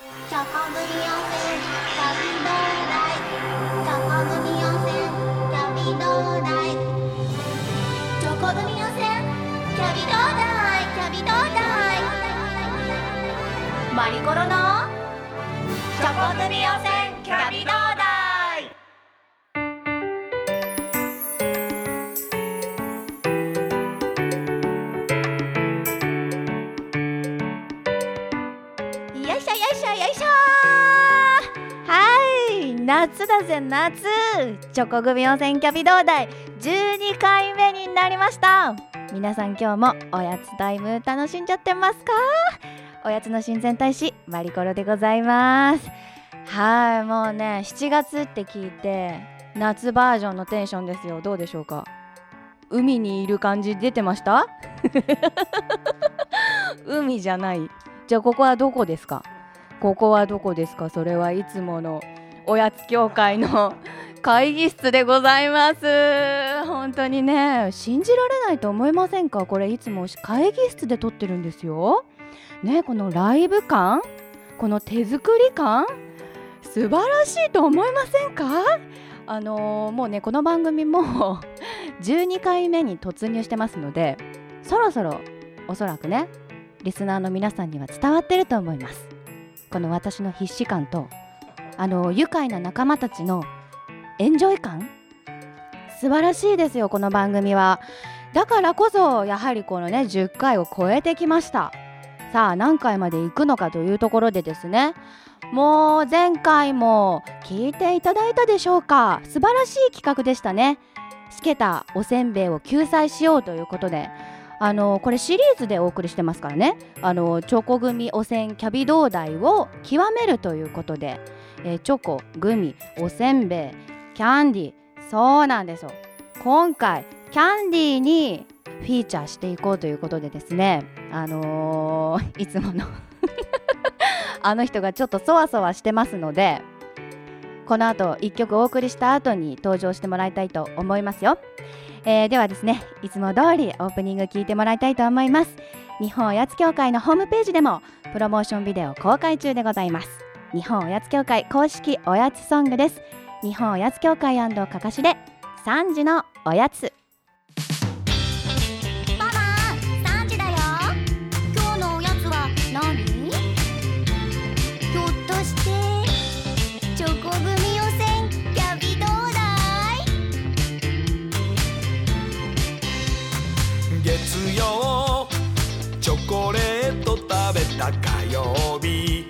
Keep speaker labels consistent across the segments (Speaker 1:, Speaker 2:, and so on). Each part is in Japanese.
Speaker 1: チョコグミ温泉キャビドーダイチョコグミ温泉キャビドーダイチョコグミ温泉キャビドーダイキャビドーダイマリコロのチョコグミ温泉キャビドーダイ
Speaker 2: よいしょよいしょよいしょはい夏だぜ夏チョコ組温泉キャビ同台12回目になりました皆さん今日もおやつタイム楽しんじゃってますかおやつの親善大使マリコロでございますはいもうね7月って聞いて夏バージョンのテンションですよどうでしょうか海にいる感じ出てました 海じゃないじゃあここはどこですかここはどこですかそれはいつものおやつ協会の 会議室でございます本当にね信じられないと思いませんかこれいつも会議室で撮ってるんですよねこのライブ感この手作り感素晴らしいと思いませんかあのーもうねこの番組も 12回目に突入してますのでそろそろおそらくねリスナーの皆さんには伝わってると思いますこの私の必死感とあの愉快な仲間たちのエンジョイ感素晴らしいですよこの番組はだからこそやはりこのね10回を超えてきましたさあ何回まで行くのかというところでですねもう前回も聞いていただいたでしょうか素晴らしい企画でしたねしけたおせんべいを救済しようということであのこれシリーズでお送りしてますからねあのチョコ組おせんキャビ同台を極めるということで、えーチョコグミおせんべいキャンディーそうなんですよ今回キャンディーにフィーチャーしていこうということでですねあのーいつもの あの人がちょっとそわそわしてますのでこの後一曲お送りした後に登場してもらいたいと思いますよえーではですねいつも通りオープニング聞いてもらいたいと思います日本おやつ協会のホームページでもプロモーションビデオ公開中でございます日本おやつ協会公式おやつソングです日本おやつ協会かかしで3時のおやつ
Speaker 1: ママ3時だよ今日のおやつは何ひょっとしてチョコ組予選キャビどうだい
Speaker 3: 月曜チョコレート食べた火曜日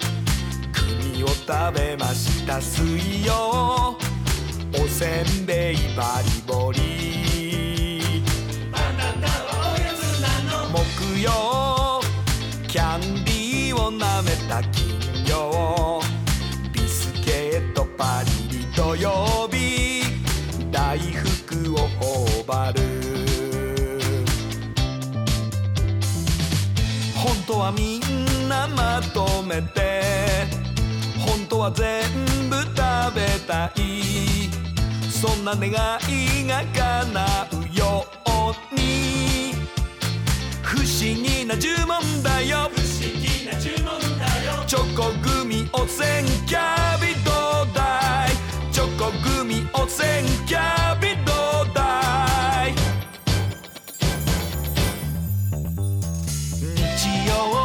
Speaker 3: 栗を食べました水曜おせんべいバリボリ木曜キャンディーをなめた金曜ビスケットパリリ土曜日大福を頬張る本当はみんなまとめて本当は全部食べたいそんな願いが叶うように不思議な呪文だよ不思議な呪文だよチョコグミ汚染キャビどうだいチョコグミ汚染キャビどうだい日曜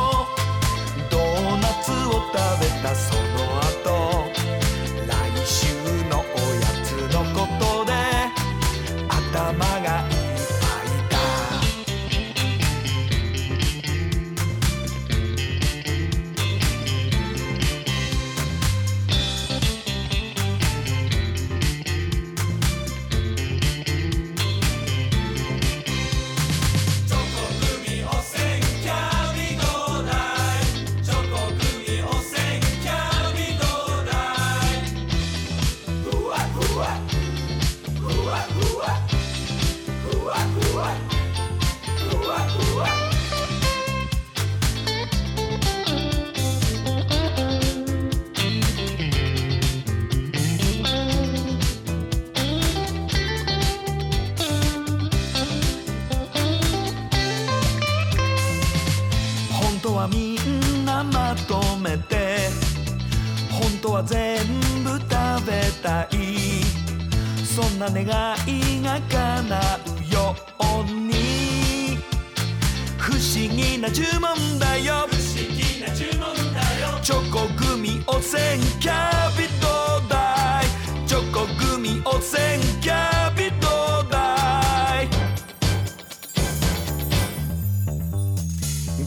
Speaker 3: ドーナツを食べたその後来週のおやつのことで頭がいっぱいだ本当はみんなまとめて本当は全部食べたいそんな願いが叶うように不思議な注文だよ不思議な注文だよチョコグミおせんキャビドダイチョコグミおせんキャビドダイ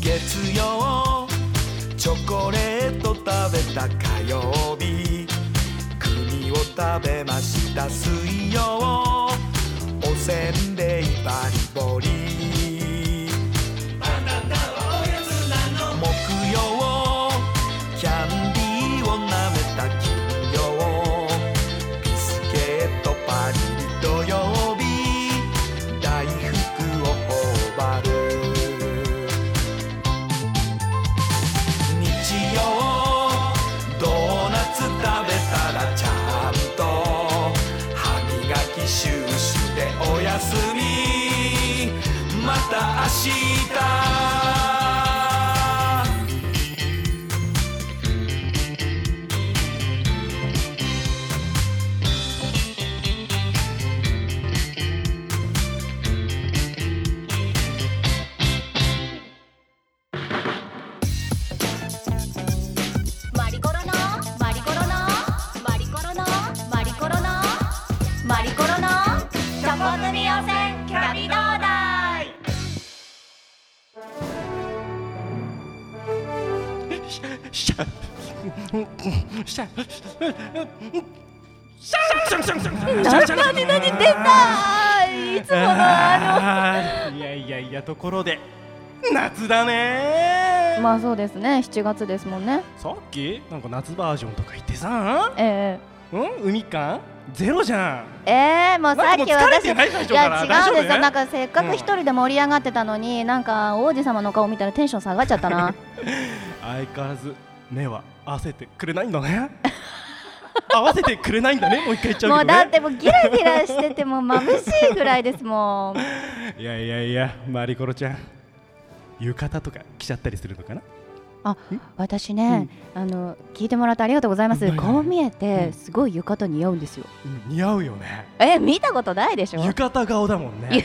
Speaker 3: 月曜チョコレート食べた火曜日国を食べました水曜おせんべいバリボリ木曜キャンディーをなめた金曜ビスケットパリリ土曜日大福を頬張る日曜ドーナツ食べたらちゃんと歯磨きシューシュでおやすみまた明日
Speaker 4: マリコロのマリコロのマリコロのマリコロのマリコロのチョコ組予選キャビドーダイ
Speaker 5: シャシャシ
Speaker 2: なになに出たいつものあ
Speaker 5: いやいやいやところで夏だね
Speaker 2: のまあそうですね7月ですもんね
Speaker 5: さっきなんか夏バージョンとか言ってさ
Speaker 2: え
Speaker 5: うん海感ゼロじゃん
Speaker 2: えええもうさっき
Speaker 5: なんかもう疲れ
Speaker 2: 私
Speaker 5: てない最初
Speaker 2: い
Speaker 5: か
Speaker 2: や
Speaker 5: ら
Speaker 2: 違うんですよ、なんか
Speaker 5: か
Speaker 2: せっかく一人で盛り上がってたのに、なんか王子様の顔見たらテンション下がっちゃった な
Speaker 5: 相変わらず目は合わせてくれないんだね 合わせてくれないんだねもう一回言っちゃう
Speaker 2: もう
Speaker 5: けど
Speaker 2: だっ
Speaker 5: ね
Speaker 2: てもうギラギラしててもう眩しいぐらいです もん
Speaker 5: いやいやいやマリコロちゃん浴衣とか着ちゃったりするのかな
Speaker 2: あ私ね、あの聞いてもらってありがとうございます
Speaker 5: ないない
Speaker 2: こう見え
Speaker 5: う
Speaker 2: て
Speaker 5: ん
Speaker 2: すごい浴衣似合うんですよ
Speaker 5: うん似合うよね
Speaker 2: え見たことないでしょ
Speaker 5: 浴
Speaker 2: 浴
Speaker 5: 衣顔だ もんね
Speaker 2: 衣っ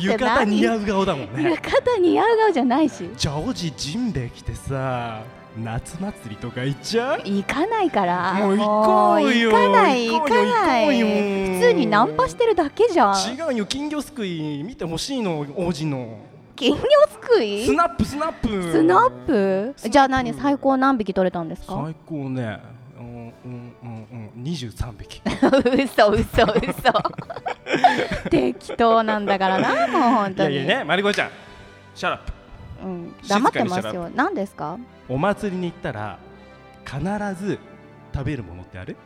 Speaker 2: て
Speaker 5: 浴衣
Speaker 2: 何
Speaker 5: 似合う顔だもんね
Speaker 2: 浴衣似合う顔じゃないし
Speaker 5: ジャオジジンベエ着てさ夏祭りとか行っちゃう
Speaker 2: 行かないから
Speaker 5: もう行こうよ
Speaker 2: も行かない
Speaker 5: 行
Speaker 2: 行
Speaker 5: こうよ
Speaker 2: かない
Speaker 5: 行こうよ
Speaker 2: 普通にナンパしてるだけじゃん
Speaker 5: 違うよ金魚すくい見てほしいの王子の
Speaker 2: 金魚すくい
Speaker 5: スナップスナップ
Speaker 2: スナップ
Speaker 5: スナップ
Speaker 2: じゃあ何最高何匹取れたんですか
Speaker 5: 最高ねうんうんうんうん23匹
Speaker 2: 嘘嘘嘘 適当なんだからなもう本
Speaker 5: い
Speaker 2: 当
Speaker 5: や
Speaker 2: に
Speaker 5: いやねマリコちゃんシャラップ
Speaker 2: うん、
Speaker 5: 静かに
Speaker 2: 黙ってます
Speaker 5: した
Speaker 2: よ何ですか
Speaker 5: お祭りに行ったら必ず食べるものってある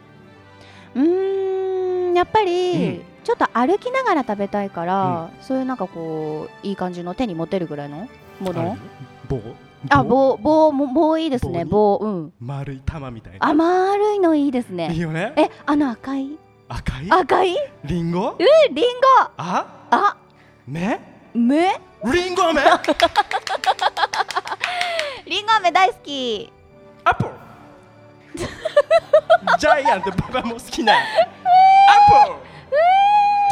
Speaker 2: うーんやっぱり、
Speaker 5: うん
Speaker 2: ちょっと歩きながら食べたいから、そういうなんかこういい感じの手に持てるぐらいのも
Speaker 5: あ
Speaker 2: の
Speaker 5: る棒
Speaker 2: あ棒棒も棒いいですね棒うん
Speaker 5: 丸い玉みたいな
Speaker 2: 甘いのいいです
Speaker 5: いい
Speaker 2: ね
Speaker 5: よね
Speaker 2: えあの赤い
Speaker 5: 赤い
Speaker 2: 赤い
Speaker 5: リンゴ
Speaker 2: えリンゴ
Speaker 5: あ
Speaker 2: あ
Speaker 5: 目
Speaker 2: 目
Speaker 5: リンゴ飴
Speaker 2: リンゴ飴大好き
Speaker 5: アップルジャイアンって僕はもう好きなアップル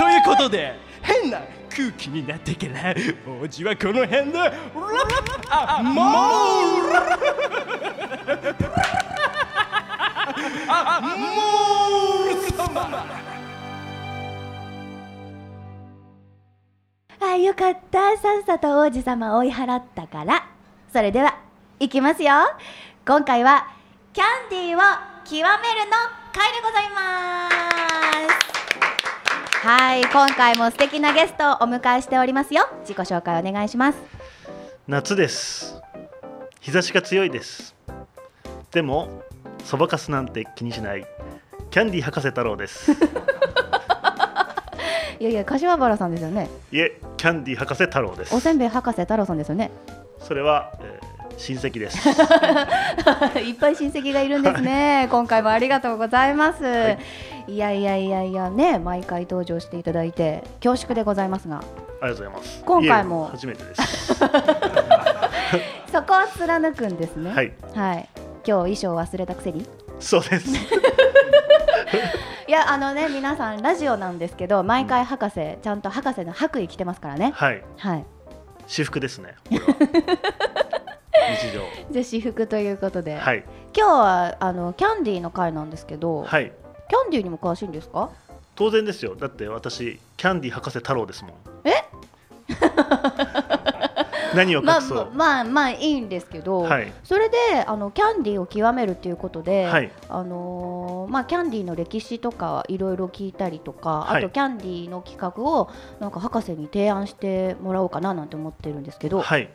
Speaker 5: ということで変な空気になってから王子はこの辺でラあもうラあもう様
Speaker 4: あよかったさっさと王子様を追い払ったからそれでは行きますよ今回はキャンディーを極めるの回でございますはい今回も素敵なゲストをお迎えしておりますよ自己紹介お願いします
Speaker 6: 夏です日差しが強いですでもそばかすなんて気にしないキャンディー博士太郎です
Speaker 2: いやいや柏原さんですよね
Speaker 6: いえキャンディー博士太郎です
Speaker 2: おせんべい博士太郎さんですよ ね
Speaker 6: それは、えー親戚です
Speaker 2: いっぱい親戚がいるんですね 今回もありがとうございます、
Speaker 6: い
Speaker 2: い、やいやいやいやね毎回登場していただいて恐縮でございますが
Speaker 6: ありがとうございます
Speaker 2: 今回も
Speaker 6: いえ初めてです
Speaker 2: そこは貫くんですね
Speaker 6: はい
Speaker 2: はい今日衣装忘れたくせに
Speaker 6: そう です。
Speaker 2: いやあのね皆さんラジオなんですけど毎回博士ちゃんと博士の白衣着てますからね
Speaker 6: はい、
Speaker 2: はい
Speaker 6: 私服で すね。これは日常。
Speaker 2: じゃあ私服ということで、
Speaker 6: はい、
Speaker 2: 今日はあのキャンディーの回なんですけど、
Speaker 6: はい、
Speaker 2: キャンディーにも詳しいんですか
Speaker 6: 当然ですよ。だって私キャンディ博士太郎ですもん。
Speaker 2: え？
Speaker 6: 何を
Speaker 2: まあ
Speaker 6: 隠そう。
Speaker 2: まあまあいいんですけど、
Speaker 6: はい
Speaker 2: それであのキャンディーを極めるっていうことで、
Speaker 6: はい
Speaker 2: あのーまあ、キャンディーの歴史とかいろいろ聞いたりとか、
Speaker 6: はい
Speaker 2: あとキャンディーの企画をなんか博士に提案してもらおうかななんて思ってるんですけど、
Speaker 6: はい、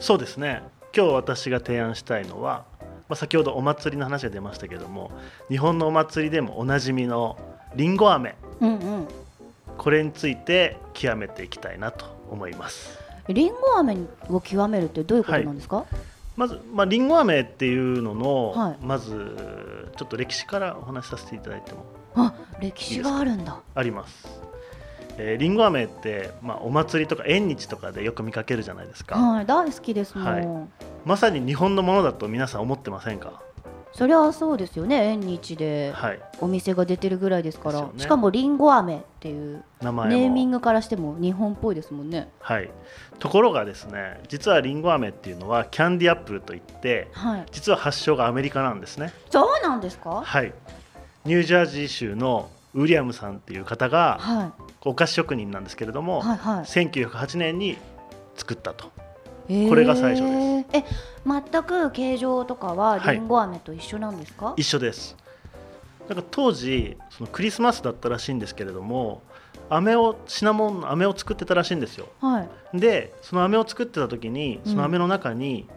Speaker 6: そうですね今日私が提案したいのは、まあ、先ほどお祭りの話が出ましたけども日本のお祭りでもおなじみのりんご飴
Speaker 2: うんうん、
Speaker 6: これについて極めていきたいなと思います
Speaker 2: リンゴ飴を極めるってどういうことなんですか、
Speaker 6: まず、まあ、りんご飴っていうのの、
Speaker 2: はい
Speaker 6: まずちょっと歴史からお話しさせていただいても
Speaker 2: あ歴史があるんだ。
Speaker 6: ありますえーりんご飴って、まあ、お祭りとか縁日とかでよく見かけるじゃないですか、
Speaker 2: はい、大好きですもん、
Speaker 6: はまさに日本のものだと皆さん思ってませんか
Speaker 2: そりゃそうですよね縁日で
Speaker 6: はい
Speaker 2: お店が出てるぐらいですから
Speaker 6: ですよね
Speaker 2: しかもりんご飴っていう
Speaker 6: 名前も
Speaker 2: ネーミングからしても日本っぽいですもんね
Speaker 6: はい、ところがですね実はりんご飴っていうのはキャンディアップルといって
Speaker 2: はい
Speaker 6: 実は発祥がアメリカなんですね
Speaker 2: そうなんですか
Speaker 6: はいニュージャージー州のウィリアムさんっていう方が
Speaker 2: は
Speaker 6: お菓子職人なんですけれど
Speaker 2: い
Speaker 6: も、
Speaker 2: はいは
Speaker 6: 1908年に作ったと
Speaker 2: い
Speaker 6: これが最初
Speaker 2: ですえ全く形状とかは
Speaker 6: はい
Speaker 2: りんご飴と一緒なんですか、
Speaker 6: 一緒ですなんか当時そのクリスマスだったらしいんですけれども飴をシナモンの飴を作ってたらしいんですよ
Speaker 2: はい
Speaker 6: でその飴を作ってた時に
Speaker 2: うん
Speaker 6: その飴の中に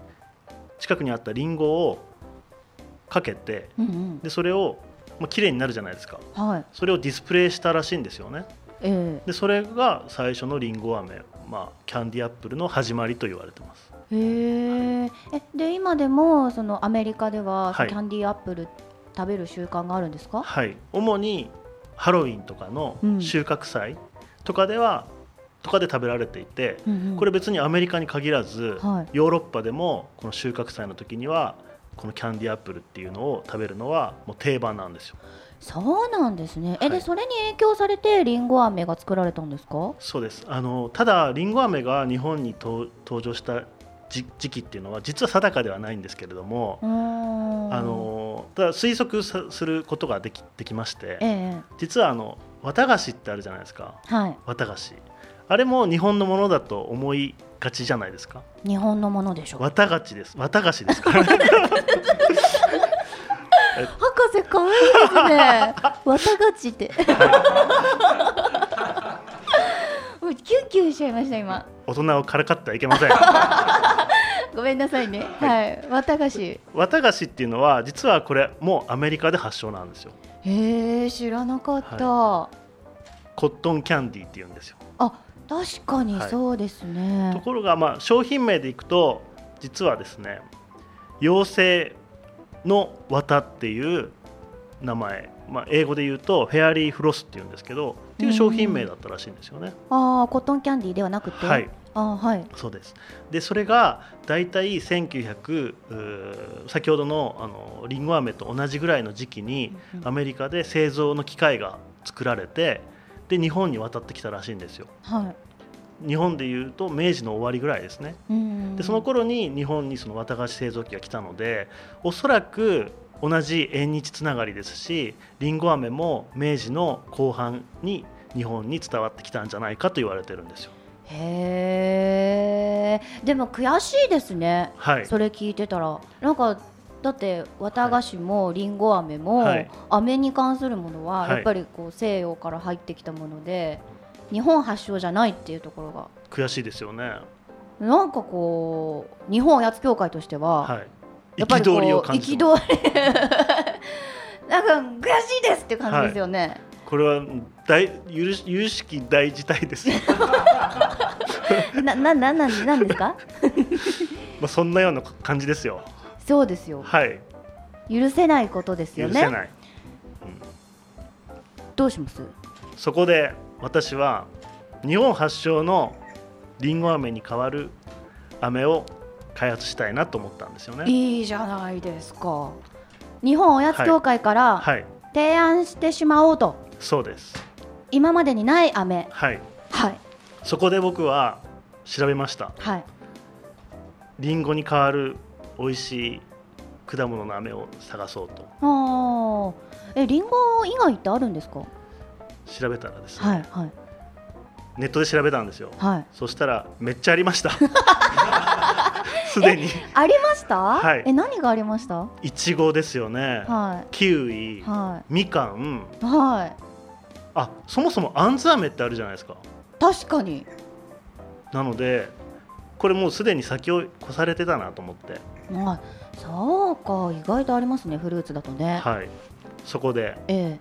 Speaker 6: 近くにあったリンゴをかけて
Speaker 2: うん
Speaker 6: でそれを、まあ綺麗になるじゃないですか
Speaker 2: うんはい
Speaker 6: それをディスプレイしたらしいんですよね
Speaker 2: え
Speaker 6: でそれが最初のリンゴ飴、まあ、キャンディアップルの始まりと言われてます
Speaker 2: えへええで今でもそのアメリカでは、
Speaker 6: はい
Speaker 2: キャンディーアップル食べる習慣があるんですか
Speaker 6: はい主にハロウィンとかの
Speaker 2: うん
Speaker 6: 収穫祭とかでは、とかで食べられていて
Speaker 2: うんうん
Speaker 6: これ別にアメリカに限らず、
Speaker 2: はい
Speaker 6: ヨーロッパでもこの収穫祭の時にはこのキャンディアップルっていうのを食べるのはもう定番なんですよ
Speaker 2: そうなんですね。え、
Speaker 6: は
Speaker 2: で、
Speaker 6: い
Speaker 2: それに影響されて、りんご飴が作られたんですか。
Speaker 6: そうですあのただりんご飴が日本にと登場した時時期っていうのは実は定かではないんですけれども、
Speaker 2: うーん
Speaker 6: あ。のただ推測さすることができできまして、
Speaker 2: ええ、
Speaker 6: 実はあの綿菓子ってあるじゃないですか
Speaker 2: はい、
Speaker 6: 綿菓子あれも日本のものだと思いがちじゃないですか
Speaker 2: 日本のものでしょ
Speaker 6: 綿菓子です綿菓子ですから ね
Speaker 2: 博士可愛いですね。綿がちって。 もうキュンキュンしちゃいました、今。
Speaker 6: 大人をからかってはいけません
Speaker 2: ごめんなさいね。はい、綿菓子。
Speaker 6: 綿菓子っていうのは実はこれもうアメリカで発祥なんですよ
Speaker 2: へえ、知らなかった。
Speaker 6: コットンキャンディーっていうんですよ
Speaker 2: あ、確かに
Speaker 6: はい
Speaker 2: そうですね。
Speaker 6: ところがまあ商品名でいくと実はですね妖精の綿っていう名前、まあ、英語で言うとフェアリーフロスっていうんですけどっていう商品名だったらしいんですよね。
Speaker 2: ああ、コットンキャンディーではなくて。
Speaker 6: はい、
Speaker 2: あー、はい。
Speaker 6: そうですでそれが大体1900うー先ほどのあのリンゴ飴と同じぐらいの時期に
Speaker 2: うんうん
Speaker 6: アメリカで製造の機械が作られてで日本に渡ってきたらしいんですよ。
Speaker 2: はい。
Speaker 6: 日本でいうと明治の終わりぐらいですね。
Speaker 2: うん
Speaker 6: でその頃に日本にその綿菓子製造機が来たのでおそらく同じ縁日つながりですしりんご飴も明治の後半に日本に伝わってきたんじゃないかと言われてるんですよ。
Speaker 2: へえでも悔しいですね、
Speaker 6: はい、
Speaker 2: それ聞いてたらなんかだって綿菓子もりんご飴も、
Speaker 6: はい
Speaker 2: 飴に関するものは
Speaker 6: はい
Speaker 2: やっぱりこう西洋から入ってきたもので、日本発祥じゃないっていうところが
Speaker 6: 悔しいですよね。
Speaker 2: なんかこう日本おやつ協会としては、
Speaker 6: はい、
Speaker 2: やっぱりこ
Speaker 6: 憤
Speaker 2: う
Speaker 6: りを感じてます
Speaker 2: 憤り なんか悔しいですって感じですよね、
Speaker 6: これは大許し許しき大事態 ですよ
Speaker 2: なななななんですか
Speaker 6: まあそんなような感じですよ
Speaker 2: そうですよ
Speaker 6: はい
Speaker 2: 許せないことですよ
Speaker 6: 許
Speaker 2: ね
Speaker 6: せない、
Speaker 2: どうします
Speaker 6: そこで私は日本発祥のりんご飴に代わる飴を開発したいなと思ったんですよね
Speaker 2: いいじゃないですか。日本おやつ協会から
Speaker 6: はい
Speaker 2: 提案してしまおうと、
Speaker 6: そうです
Speaker 2: 今までにない飴
Speaker 6: はい
Speaker 2: はい
Speaker 6: そこで僕は調べました
Speaker 2: はい
Speaker 6: リンゴに代わる美味しい果物の飴を探そうと
Speaker 2: あーえリンゴ以外ってあるんですか
Speaker 6: 調べたらですね、
Speaker 2: はいはい
Speaker 6: ネットで調べたんですよ
Speaker 2: はい
Speaker 6: そしたらめっちゃあり ましたすでに
Speaker 2: ありました、
Speaker 6: はい
Speaker 2: え何がありましたはい
Speaker 6: ちごですよね、
Speaker 2: は
Speaker 6: キウイ、
Speaker 2: いは
Speaker 6: みかん
Speaker 2: いはい
Speaker 6: あそもそもあんず飴ってあるじゃないですか
Speaker 2: 確かに
Speaker 6: なのでこれもうすでに先を越されてたなと思って、
Speaker 2: はいそうか意外とありますねフルーツだとね、
Speaker 6: はい、そこで
Speaker 2: ええ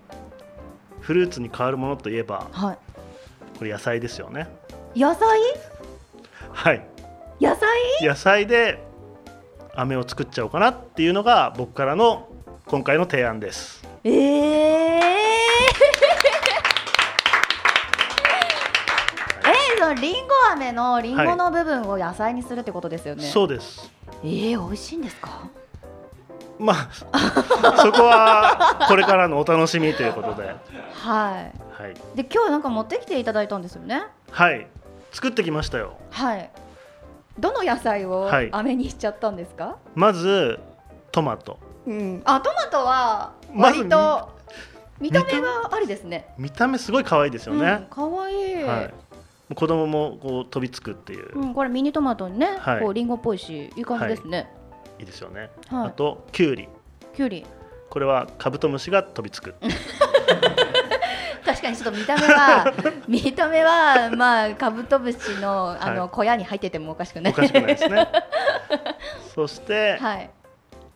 Speaker 6: フルーツに変わるものといえば
Speaker 2: は
Speaker 6: これ野菜ですよね
Speaker 2: い野菜
Speaker 6: はい
Speaker 2: 野菜
Speaker 6: 野菜で飴を作っちゃおうかなっていうのが僕からの今回の提案です
Speaker 2: ええ えそのりんご飴のりんごの部分を野菜にするってことですよね、
Speaker 6: そうです
Speaker 2: ええ美味しいんですか
Speaker 6: まあ そこはこれからのお楽しみということで
Speaker 2: は
Speaker 6: はい、
Speaker 2: いで今日なんか持ってきていただいたんですよね
Speaker 6: はい、作ってきましたよ
Speaker 2: はいどの野菜を
Speaker 6: はい
Speaker 2: 飴にしちゃったんですか、
Speaker 6: まずトマト
Speaker 2: うんあトマトは
Speaker 6: まず
Speaker 2: 割と見た目がありですね
Speaker 6: 見た目すごい可愛いですよ
Speaker 2: うん
Speaker 6: ね、
Speaker 2: かわいい、
Speaker 6: はい、もう子供もこう飛びつくっていう、
Speaker 2: う
Speaker 6: い
Speaker 2: ん、これミニトマトにね、
Speaker 6: はい
Speaker 2: こうリンゴっぽいしいい感じですね
Speaker 6: いですよね、
Speaker 2: はい、
Speaker 6: あときゅうり
Speaker 2: きゅうり
Speaker 6: これはカブトムシが飛びつく
Speaker 2: 確かにちょっと見た目 は見た目はまあカブトムシのあの、
Speaker 6: はい
Speaker 2: 小屋に入っててもおかしくない
Speaker 6: おかしくないで すねそして、
Speaker 2: はい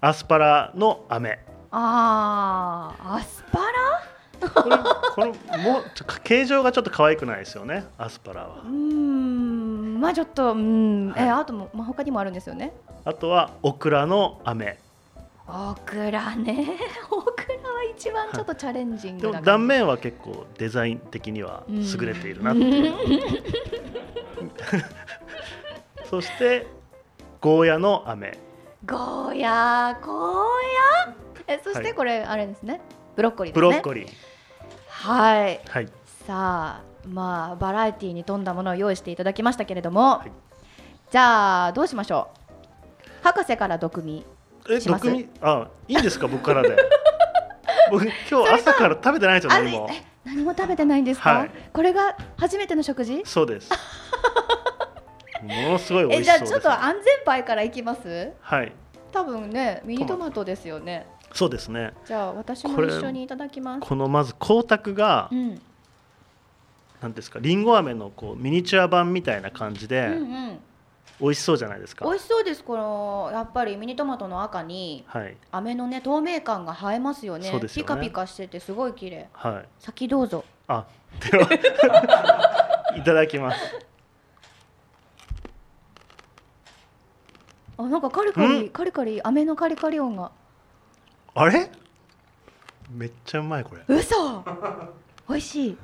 Speaker 6: アスパラの飴
Speaker 2: あーアスパ
Speaker 6: これこのもうちょ形状がちょっと可愛くないですよねアスパラは
Speaker 2: ラうーんまあちょっとうーん、
Speaker 6: はい
Speaker 2: えあとも、まあ、他にもあるんですよね
Speaker 6: あとはオクラの飴
Speaker 2: オクラね オクラは一番ちょっとチャレンジン
Speaker 6: で
Speaker 2: グな感
Speaker 6: も
Speaker 2: じ
Speaker 6: 断面は結構デザイン的には優れているなっていう、 そしてゴーヤの飴
Speaker 2: ゴーヤーゴーヤーえそし
Speaker 6: は
Speaker 2: て
Speaker 6: い
Speaker 2: これあれですねブロッコリーです
Speaker 6: ブ
Speaker 2: ね
Speaker 6: ロッコリー、
Speaker 2: はい
Speaker 6: はい
Speaker 2: さあまあバラエティに富んだものを用意していただきましたけれども、
Speaker 6: はい
Speaker 2: じゃあどうしましょう博士から毒味
Speaker 6: え
Speaker 2: します
Speaker 6: 毒味あいいんですか 僕からで僕今日朝から食べてないですよ
Speaker 2: あ
Speaker 6: ね
Speaker 2: の
Speaker 6: も
Speaker 2: え何も食べてないんですか、
Speaker 6: はい
Speaker 2: これが初めての食事
Speaker 6: そうですものすごい美
Speaker 2: え
Speaker 6: 味
Speaker 2: じ
Speaker 6: しそ
Speaker 2: ゃあ
Speaker 6: うです、
Speaker 2: ちょっと安全牌からいきます
Speaker 6: はい
Speaker 2: 多分ねミニトマトですよね
Speaker 6: そうですね
Speaker 2: じゃあ私も
Speaker 6: これ
Speaker 2: 一緒にいただきます
Speaker 6: このまず光沢が
Speaker 2: うん、うん
Speaker 6: なんですかりんご飴のこうミニチュア版みたいな感じ
Speaker 2: う
Speaker 6: で
Speaker 2: ん
Speaker 6: 美味しそうじゃないですか、
Speaker 2: 美味しそうですこのやっぱりミニトマトの赤に
Speaker 6: はい
Speaker 2: 飴のね透明感が映えますよね
Speaker 6: そうですよね
Speaker 2: ピカピカしててすごい綺麗
Speaker 6: はい
Speaker 2: 先どうぞ
Speaker 6: あでは いただきます
Speaker 2: あなんかカリカリ
Speaker 6: ん
Speaker 2: カリカリ飴のカリカリ音が
Speaker 6: あれめっちゃうまいこれ
Speaker 2: 嘘美味しい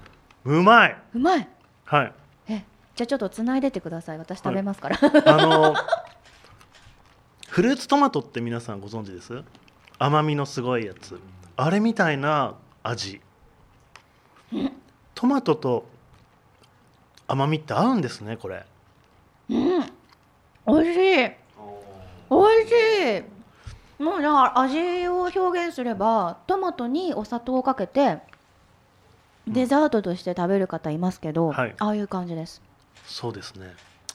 Speaker 2: う
Speaker 6: まいう
Speaker 2: まい
Speaker 6: はい
Speaker 2: えじゃあちょっとつないでってください私食べますから、
Speaker 6: あのフルーツトマトって皆さんご存知です甘みのすごいやつあれみたいな味トマトと甘みって合うんですねこれ
Speaker 2: 美味しい美味しいもうだから味を表現すればトマトにお砂糖をかけてデザートとして食べる方いますけど、
Speaker 6: はい
Speaker 2: ああいう感じです
Speaker 6: そうですね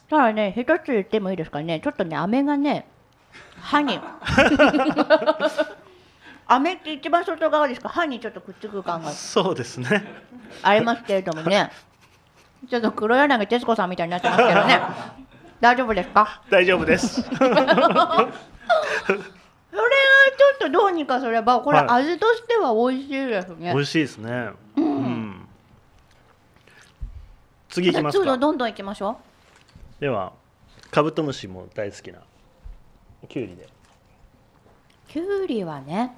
Speaker 2: ただね一つ言ってもいいですかねちょっとね飴がね歯 に飴って一番外側ですか歯にちょっとくっつく感が
Speaker 6: そうですね
Speaker 2: ありますけれどもねちょっと黒柳徹子さんみたいになってますけど ね大丈夫ですか
Speaker 6: 大丈 夫です
Speaker 2: それはちょっとどうにかすればこれ
Speaker 6: は
Speaker 2: 味としては美味しいですね、
Speaker 6: 美味しいですね。うん。次行きま
Speaker 2: ちょ
Speaker 6: す
Speaker 2: っと
Speaker 6: か。
Speaker 2: どんどんいきましょ
Speaker 6: ではカブトムシも大好きなキュウリで。
Speaker 2: うきゅうりはね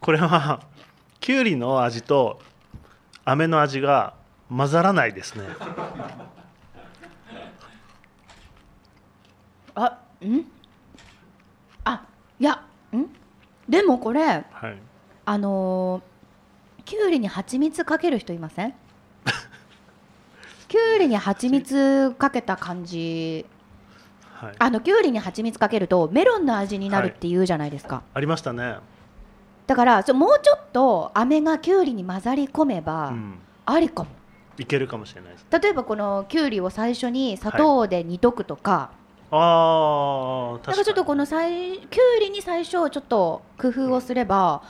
Speaker 6: これは キュウリの味と飴の味が混ざらないですね。
Speaker 2: あんあいやんでもこれ
Speaker 6: はい、
Speaker 2: あのーきゅうりに蜂蜜かける人いませ んきゅうりに蜂蜜かけた感じ
Speaker 6: はい、あ
Speaker 2: あのきゅうりに蜂蜜かけるとメロンの味になるって言うじゃないですか、
Speaker 6: りましたね、
Speaker 2: だからそうもうちょっと飴がきゅうりに混ざり込めば、
Speaker 6: うん、
Speaker 2: ありかも
Speaker 6: いけるかもしれないです
Speaker 2: 例えばこのきゅうりを最初に砂糖で煮とくとか、
Speaker 6: ああ
Speaker 2: なん
Speaker 6: 確か
Speaker 2: か
Speaker 6: に
Speaker 2: ちょっとこのさいきゅうりに最初ちょっと工夫をすれば、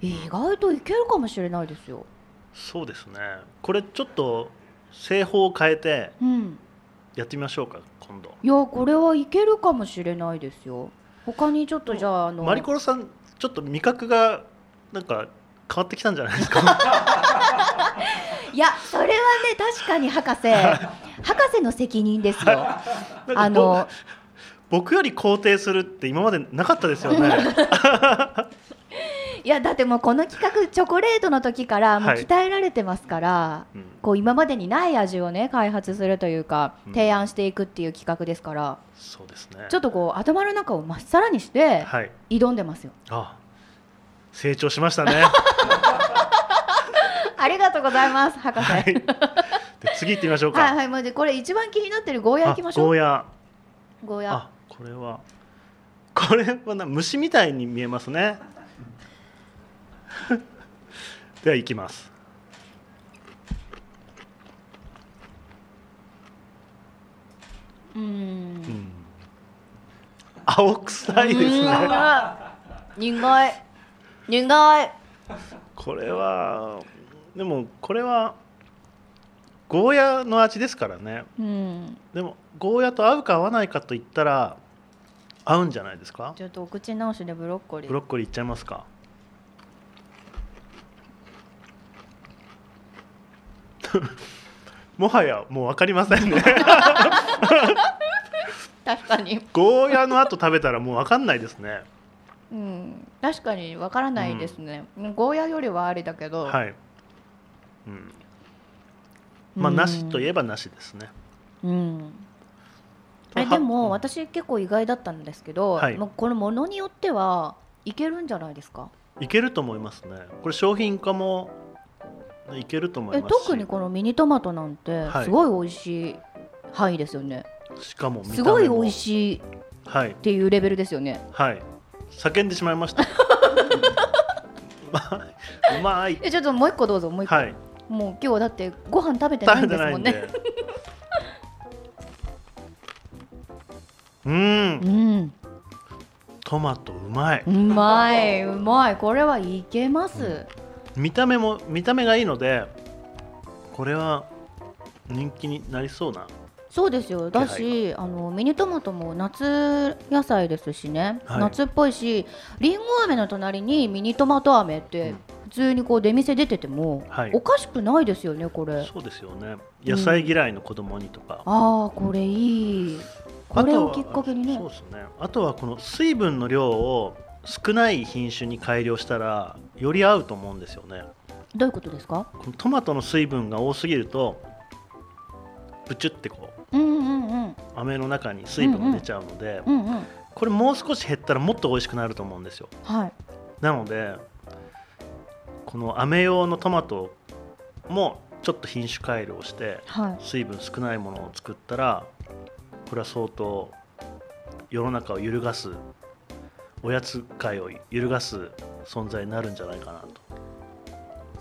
Speaker 2: 意外といけるかもしれないですよ。
Speaker 6: そうですねこれちょっと製法を変えて
Speaker 2: うん、
Speaker 6: やってみましょうか今度
Speaker 2: いやこれはいけるかもしれないですよ。他にちょっとじゃああの
Speaker 6: マリコロさんちょっと味覚がなんか変わってきたんじゃないですか
Speaker 2: いやそれはね確かに博 士博士の責任ですよ。
Speaker 6: なん
Speaker 2: あ
Speaker 6: かぼ
Speaker 2: の
Speaker 6: 僕より肯定するって今までなかったですよ ね
Speaker 2: いやだってもうこの企画チョコレートの時からもう
Speaker 6: はい
Speaker 2: 鍛えられてますから。
Speaker 6: うん
Speaker 2: こう今までにない味をね開発するというか
Speaker 6: うん
Speaker 2: 提案していくっていう企画ですから、
Speaker 6: そうですね
Speaker 2: ちょっとこう頭の中をまっさらにして
Speaker 6: はい
Speaker 2: 挑んでますよ。
Speaker 6: あ成長しまし たね
Speaker 2: ありがとうございます、博士。
Speaker 6: は
Speaker 2: はいい、
Speaker 6: で次行ってみましょうか
Speaker 2: はい、もうで、これ一番気になってるゴーヤー行きまし
Speaker 6: あ
Speaker 2: ょ
Speaker 6: ゴ
Speaker 2: う。
Speaker 6: ーヤ
Speaker 2: ゴーヤ
Speaker 6: ーあこれはこれはな虫みたいに見えますね では行きま
Speaker 2: ー。
Speaker 6: す
Speaker 2: うーん。
Speaker 6: 青臭いですね
Speaker 2: 苦い。苦い。
Speaker 6: これはでもこれはゴーヤの味ですからね
Speaker 2: うん。
Speaker 6: でもゴーヤと合うか合わないかと言ったら合うんじゃないですか
Speaker 2: ちょっとお口直しでブロッコリー。
Speaker 6: ブロッコリーいっちゃいますか もはやもう分かりませんね
Speaker 2: 確かに。
Speaker 6: ゴーヤの後食べたらもう分かんないですね
Speaker 2: うん。確かにわからないですね。ゴーヤよりはありだけど。
Speaker 6: はい、うん、まあ
Speaker 2: うん
Speaker 6: なしといえばなしですね
Speaker 2: うん。えでも私結構意外だったんですけど、
Speaker 6: はい
Speaker 2: もうこのものによってはいけるんじゃないですか。
Speaker 6: いけると思いますね。これ商品化もいけると思い
Speaker 2: え
Speaker 6: ますし。
Speaker 2: 特にこのミニトマトなんて
Speaker 6: はい
Speaker 2: すごい美味しい範囲ですよね。
Speaker 6: しかも見た目
Speaker 2: す
Speaker 6: も
Speaker 2: ごい美味しいっ
Speaker 6: はい
Speaker 2: ていうレベルですよね。
Speaker 6: はい叫んでしまいました。うまいうまい
Speaker 2: えちょっともう一個どうぞもう一個、
Speaker 6: はい
Speaker 2: もう今日だってご飯食べてない
Speaker 6: 食
Speaker 2: ん
Speaker 6: べ
Speaker 2: で
Speaker 6: て
Speaker 2: す
Speaker 6: な
Speaker 2: もん
Speaker 6: いん
Speaker 2: ね。
Speaker 6: で。うーん
Speaker 2: うん、
Speaker 6: トマトうまいう
Speaker 2: まいうまいこれはいけます。
Speaker 6: 見た目も見た目がいいのでこれは人気になりそうな
Speaker 2: そうですよだしあのミニトマトも夏野菜ですしね、
Speaker 6: はい
Speaker 2: 夏っぽいしりんご飴の隣にミニトマト飴って
Speaker 6: うん
Speaker 2: 普通にこう出店出てても、
Speaker 6: はい
Speaker 2: おかしくないですよねこれ。
Speaker 6: そうですよね野菜嫌いの子供にとか、
Speaker 2: ああこれいいこれを
Speaker 6: あ
Speaker 2: き
Speaker 6: と
Speaker 2: っ
Speaker 6: は
Speaker 2: かけにね
Speaker 6: そうですねあとはこの水分の量を少ない品種に改良したらより合うと思うんですよね
Speaker 2: どういうことですか
Speaker 6: このトマトの水分が多すぎるとプチュってこう
Speaker 2: うんうんうん
Speaker 6: 飴の中に水分が出ちゃうので、
Speaker 2: うんうん
Speaker 6: これもう少し減ったらもっと美味しくなると思うんですよ
Speaker 2: はい
Speaker 6: なのでこの飴用のトマトもちょっと品種改良して
Speaker 2: はい
Speaker 6: 水分少ないものを作ったらこれは相当世の中を揺るがすおやつ界を揺るがす存在になるんじゃないかなと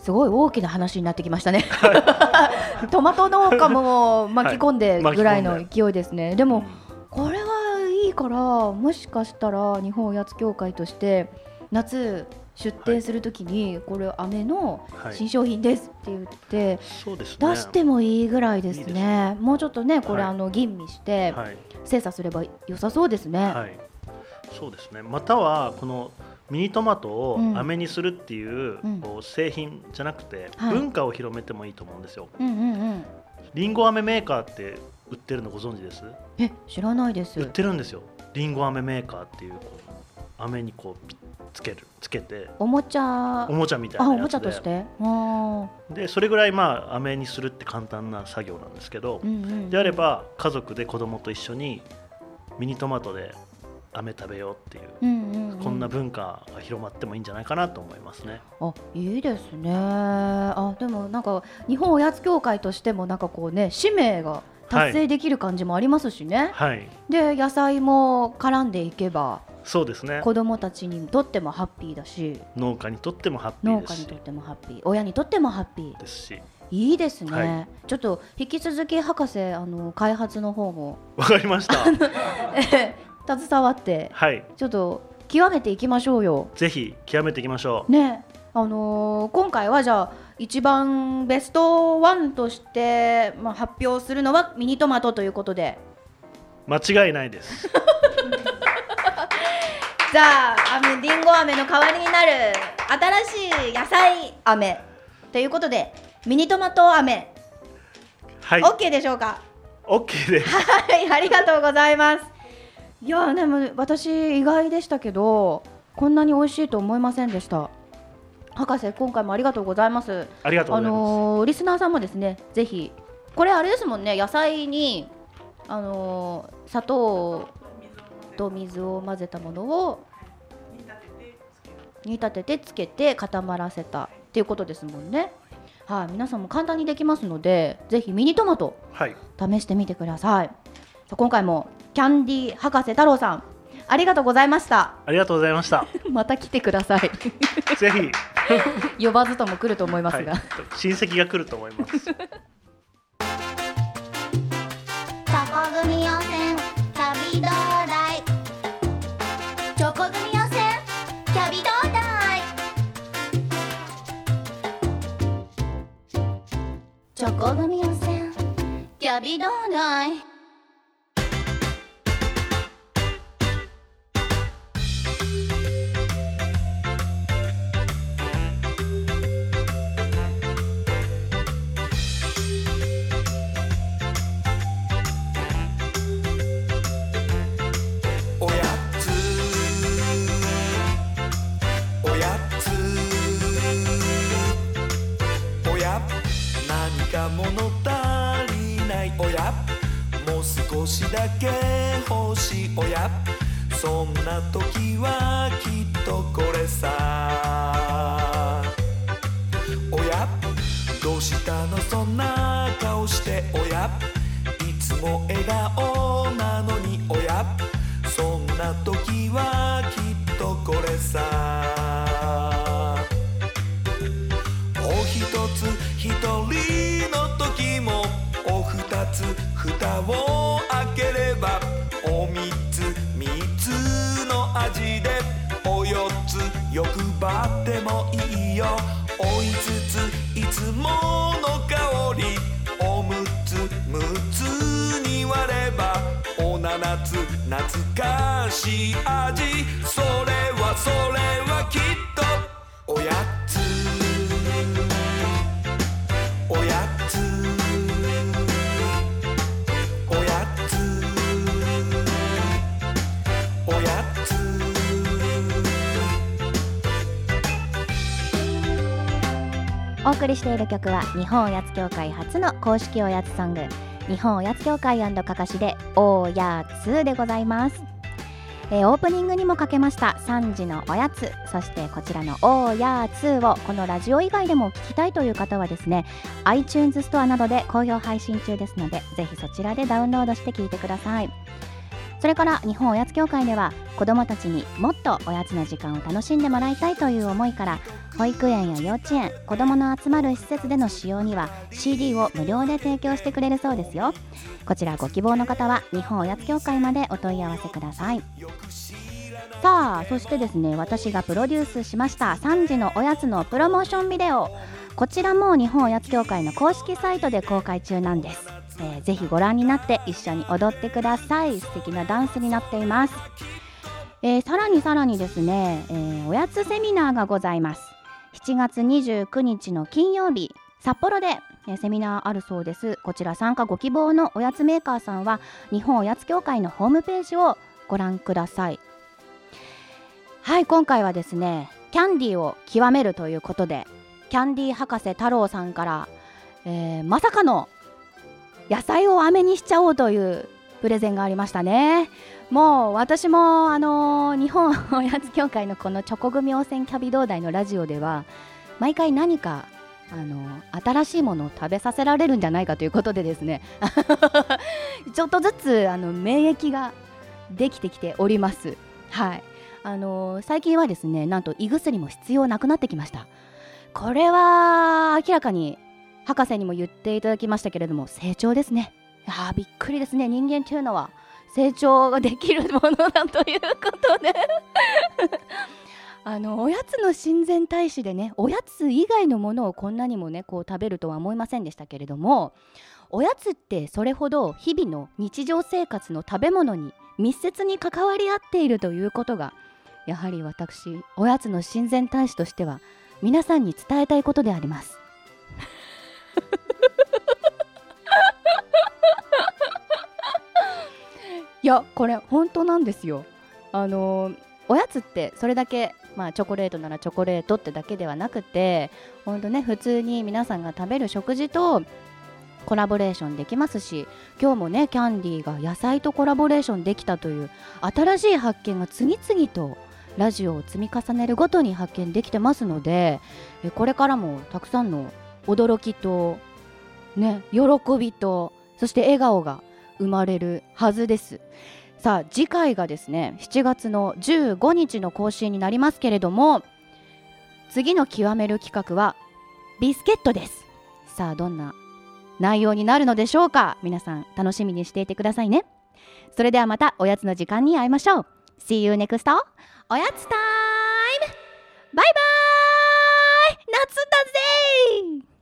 Speaker 2: すごい大きな話になってきましたね。 トマト農家も巻き込んでぐらいの勢いですね。でもこれはいいからもしかしたら日本おやつ協会として夏出店するときにこれ飴の
Speaker 6: うんはい
Speaker 2: 新商品ですって言って
Speaker 6: そうですね
Speaker 2: 出してもいいぐらいです
Speaker 6: いいです
Speaker 2: ね。もうちょっとねこれ
Speaker 6: はい
Speaker 2: あの吟味して
Speaker 6: はい、
Speaker 2: 精査すれば良さそうですね。
Speaker 6: はい、そうですねまたはこのミニトマトを
Speaker 2: うん
Speaker 6: 飴にするっていう
Speaker 2: うん
Speaker 6: こう製品じゃなくて
Speaker 2: はい
Speaker 6: 文化を広めてもいいと思うんですよ
Speaker 2: うんうんうん。
Speaker 6: りんご飴メーカーって売ってるのご存知です
Speaker 2: え知らないです
Speaker 6: 売っ。てるんですよりんご飴メーカーっていうこう飴にこうピッつけるつけて
Speaker 2: おもちゃ
Speaker 6: おもちゃみたい
Speaker 2: あ
Speaker 6: な
Speaker 2: お
Speaker 6: や
Speaker 2: もちゃ
Speaker 6: つ
Speaker 2: とし
Speaker 6: で
Speaker 2: て。あー
Speaker 6: でそれぐらいまあ飴にするって簡単な作業なんですけど
Speaker 2: うんうん。
Speaker 6: であれば家族で子供と一緒にミニトマトで飴食べようっていう、
Speaker 2: うんうんうん
Speaker 6: こんな文化が広まってもいいんじゃないかなと思いますね。
Speaker 2: あいいですねあでもなんか日本おやつ協会としてもなんかこうね使命が達成できる感じもありますしね、
Speaker 6: はい、
Speaker 2: で野菜も絡んでいけば
Speaker 6: そうですね。
Speaker 2: 子どもたちにとってもハッピーだし
Speaker 6: 農家にとってもハッピー
Speaker 2: 農
Speaker 6: で
Speaker 2: 家
Speaker 6: す
Speaker 2: に
Speaker 6: し
Speaker 2: とってもハッピー親にとってもハッピー
Speaker 6: ですし、
Speaker 2: いいですね、
Speaker 6: は
Speaker 2: ちょっと引き続き博士あの開発の方も
Speaker 6: わかりました。
Speaker 2: 携わって
Speaker 6: はい、
Speaker 2: ちょっと極めていきましょうよ
Speaker 6: ぜひ極めていきましょう。
Speaker 2: ねあのー今回はじゃあ一番ベストワンとして、まあ、発表するのはミニトマトということで
Speaker 6: 間違いない です。
Speaker 2: じゃあ飴りんご飴の代わりになる新しい野菜飴ということでミニトマト飴、
Speaker 6: はい、
Speaker 2: OK でしょうか
Speaker 6: オッケーです。
Speaker 2: はい、ありがとうございます。いやーでも私意外でしたけど、こんなに美味しいと思いませんでした。博士今回もありがとうございます。
Speaker 6: ありがとうご
Speaker 2: あ
Speaker 6: ざいます。
Speaker 2: のーリスナーさんもですね、ぜひこれあれですもんね、野菜にあのー砂糖と水を混ぜたものを煮立ててつけて固まらせたっていうことですもんね。はい、皆さんも簡単にできますので、ぜひミニトマト
Speaker 6: はい、
Speaker 2: 試してみてください今回もキャンディー博士太郎さんありがとうございました
Speaker 6: ありがとうございました。
Speaker 2: また来てください
Speaker 6: ぜ ひ、
Speaker 2: 呼ばずとも来ると思いますが、
Speaker 6: はい親戚が来ると思います。
Speaker 1: タコ組温泉旅到来チョコ組温泉旅到来チョコ組温泉旅到来
Speaker 3: おやつおやつおや何か物足りないおやもう少しだけ欲しいおやそんな時はきっとこれさおやどうしたのそんな顔しておやいつも笑顔なのにおやそんな時はきっとこれさおひとつひとりの時もおふたつ蓋を開ければおみつみつの味でおよつ欲張ってもいいよおいつついつもの香りおむつむつに割ればお七つ懐かしい味それはそれはきっとおやつおやつおやつおやつ
Speaker 7: お送りしている曲は日本おやつ協会初の公式おやつソング日本おやつ協会かかしでおやつでございます、えーオープニングにもかけました3時のおやつそしてこちらのおやつをこのラジオ以外でも聞きたいという方はですね iTunes ストアなどで好評配信中ですのでぜひそちらでダウンロードして聞いてくださいそれから日本おやつ協会では子どもたちにもっとおやつの時間を楽しんでもらいたいという思いから保育園や幼稚園子どもの集まる施設での使用には CD を無料で提供してくれるそうですよこちらご希望の方は日本おやつ協会までお問い合わせくださいさあそしてですね私がプロデュースしました3時のおやつのプロモーションビデオこちらも日本おやつ協会の公式サイトで公開中なんです、えーぜひご覧になって一緒に踊ってください素敵なダンスになっています、えーさらにさらにですね、えーおやつセミナーがございます7月29日の金曜日札幌でえーセミナーあるそうですこちら参加ご希望のおやつメーカーさんは日本おやつ協会のホームページをご覧くださいはい今回はですねキャンディーを極めるということでキャンディー博士太郎さんから、えーまさかの野菜を飴にしちゃおうという
Speaker 2: プレゼンがありましたねもう私もあのー日本 おやつ協会のこのチョコ組温泉キャビ同台のラジオでは毎回何かあのー新しいものを食べさせられるんじゃないかということでですね ちょっとずつあの免疫ができてきておりますはいあのー最近はですねなんと胃薬も必要なくなってきましたこれは明らかに博士にも言っていただきましたけれども成長ですねいやーびっくりですね人間というのは成長ができるものだということであのおやつの親善大使でねおやつ以外のものをこんなにもねこう食べるとは思いませんでしたけれどもおやつってそれほど日々の日常生活の食べ物に密接に関わり合っているということがやはり私おやつの親善大使としては皆さんに伝えたいことであります。いやこれ本当なんですよ。あのーおやつってそれだけ、まあ、チョコレートならチョコレートってだけではなくて本当ね普通に皆さんが食べる食事とコラボレーションできますし今日もねキャンディーが野菜とコラボレーションできたという新しい発見が次々とラジオを積み重ねるごとに発見できてますのでえこれからもたくさんの驚きと、ね、喜びとそして笑顔が生まれるはずです。さあ次回がですね7月の15日の更新になりますけれども次の極める企画はビスケットですさあどんな内容になるのでしょうか皆さん楽しみにしていてくださいねそれではまたおやつの時間に会いましょう See you next おやつタイムバイバイ夏だぜ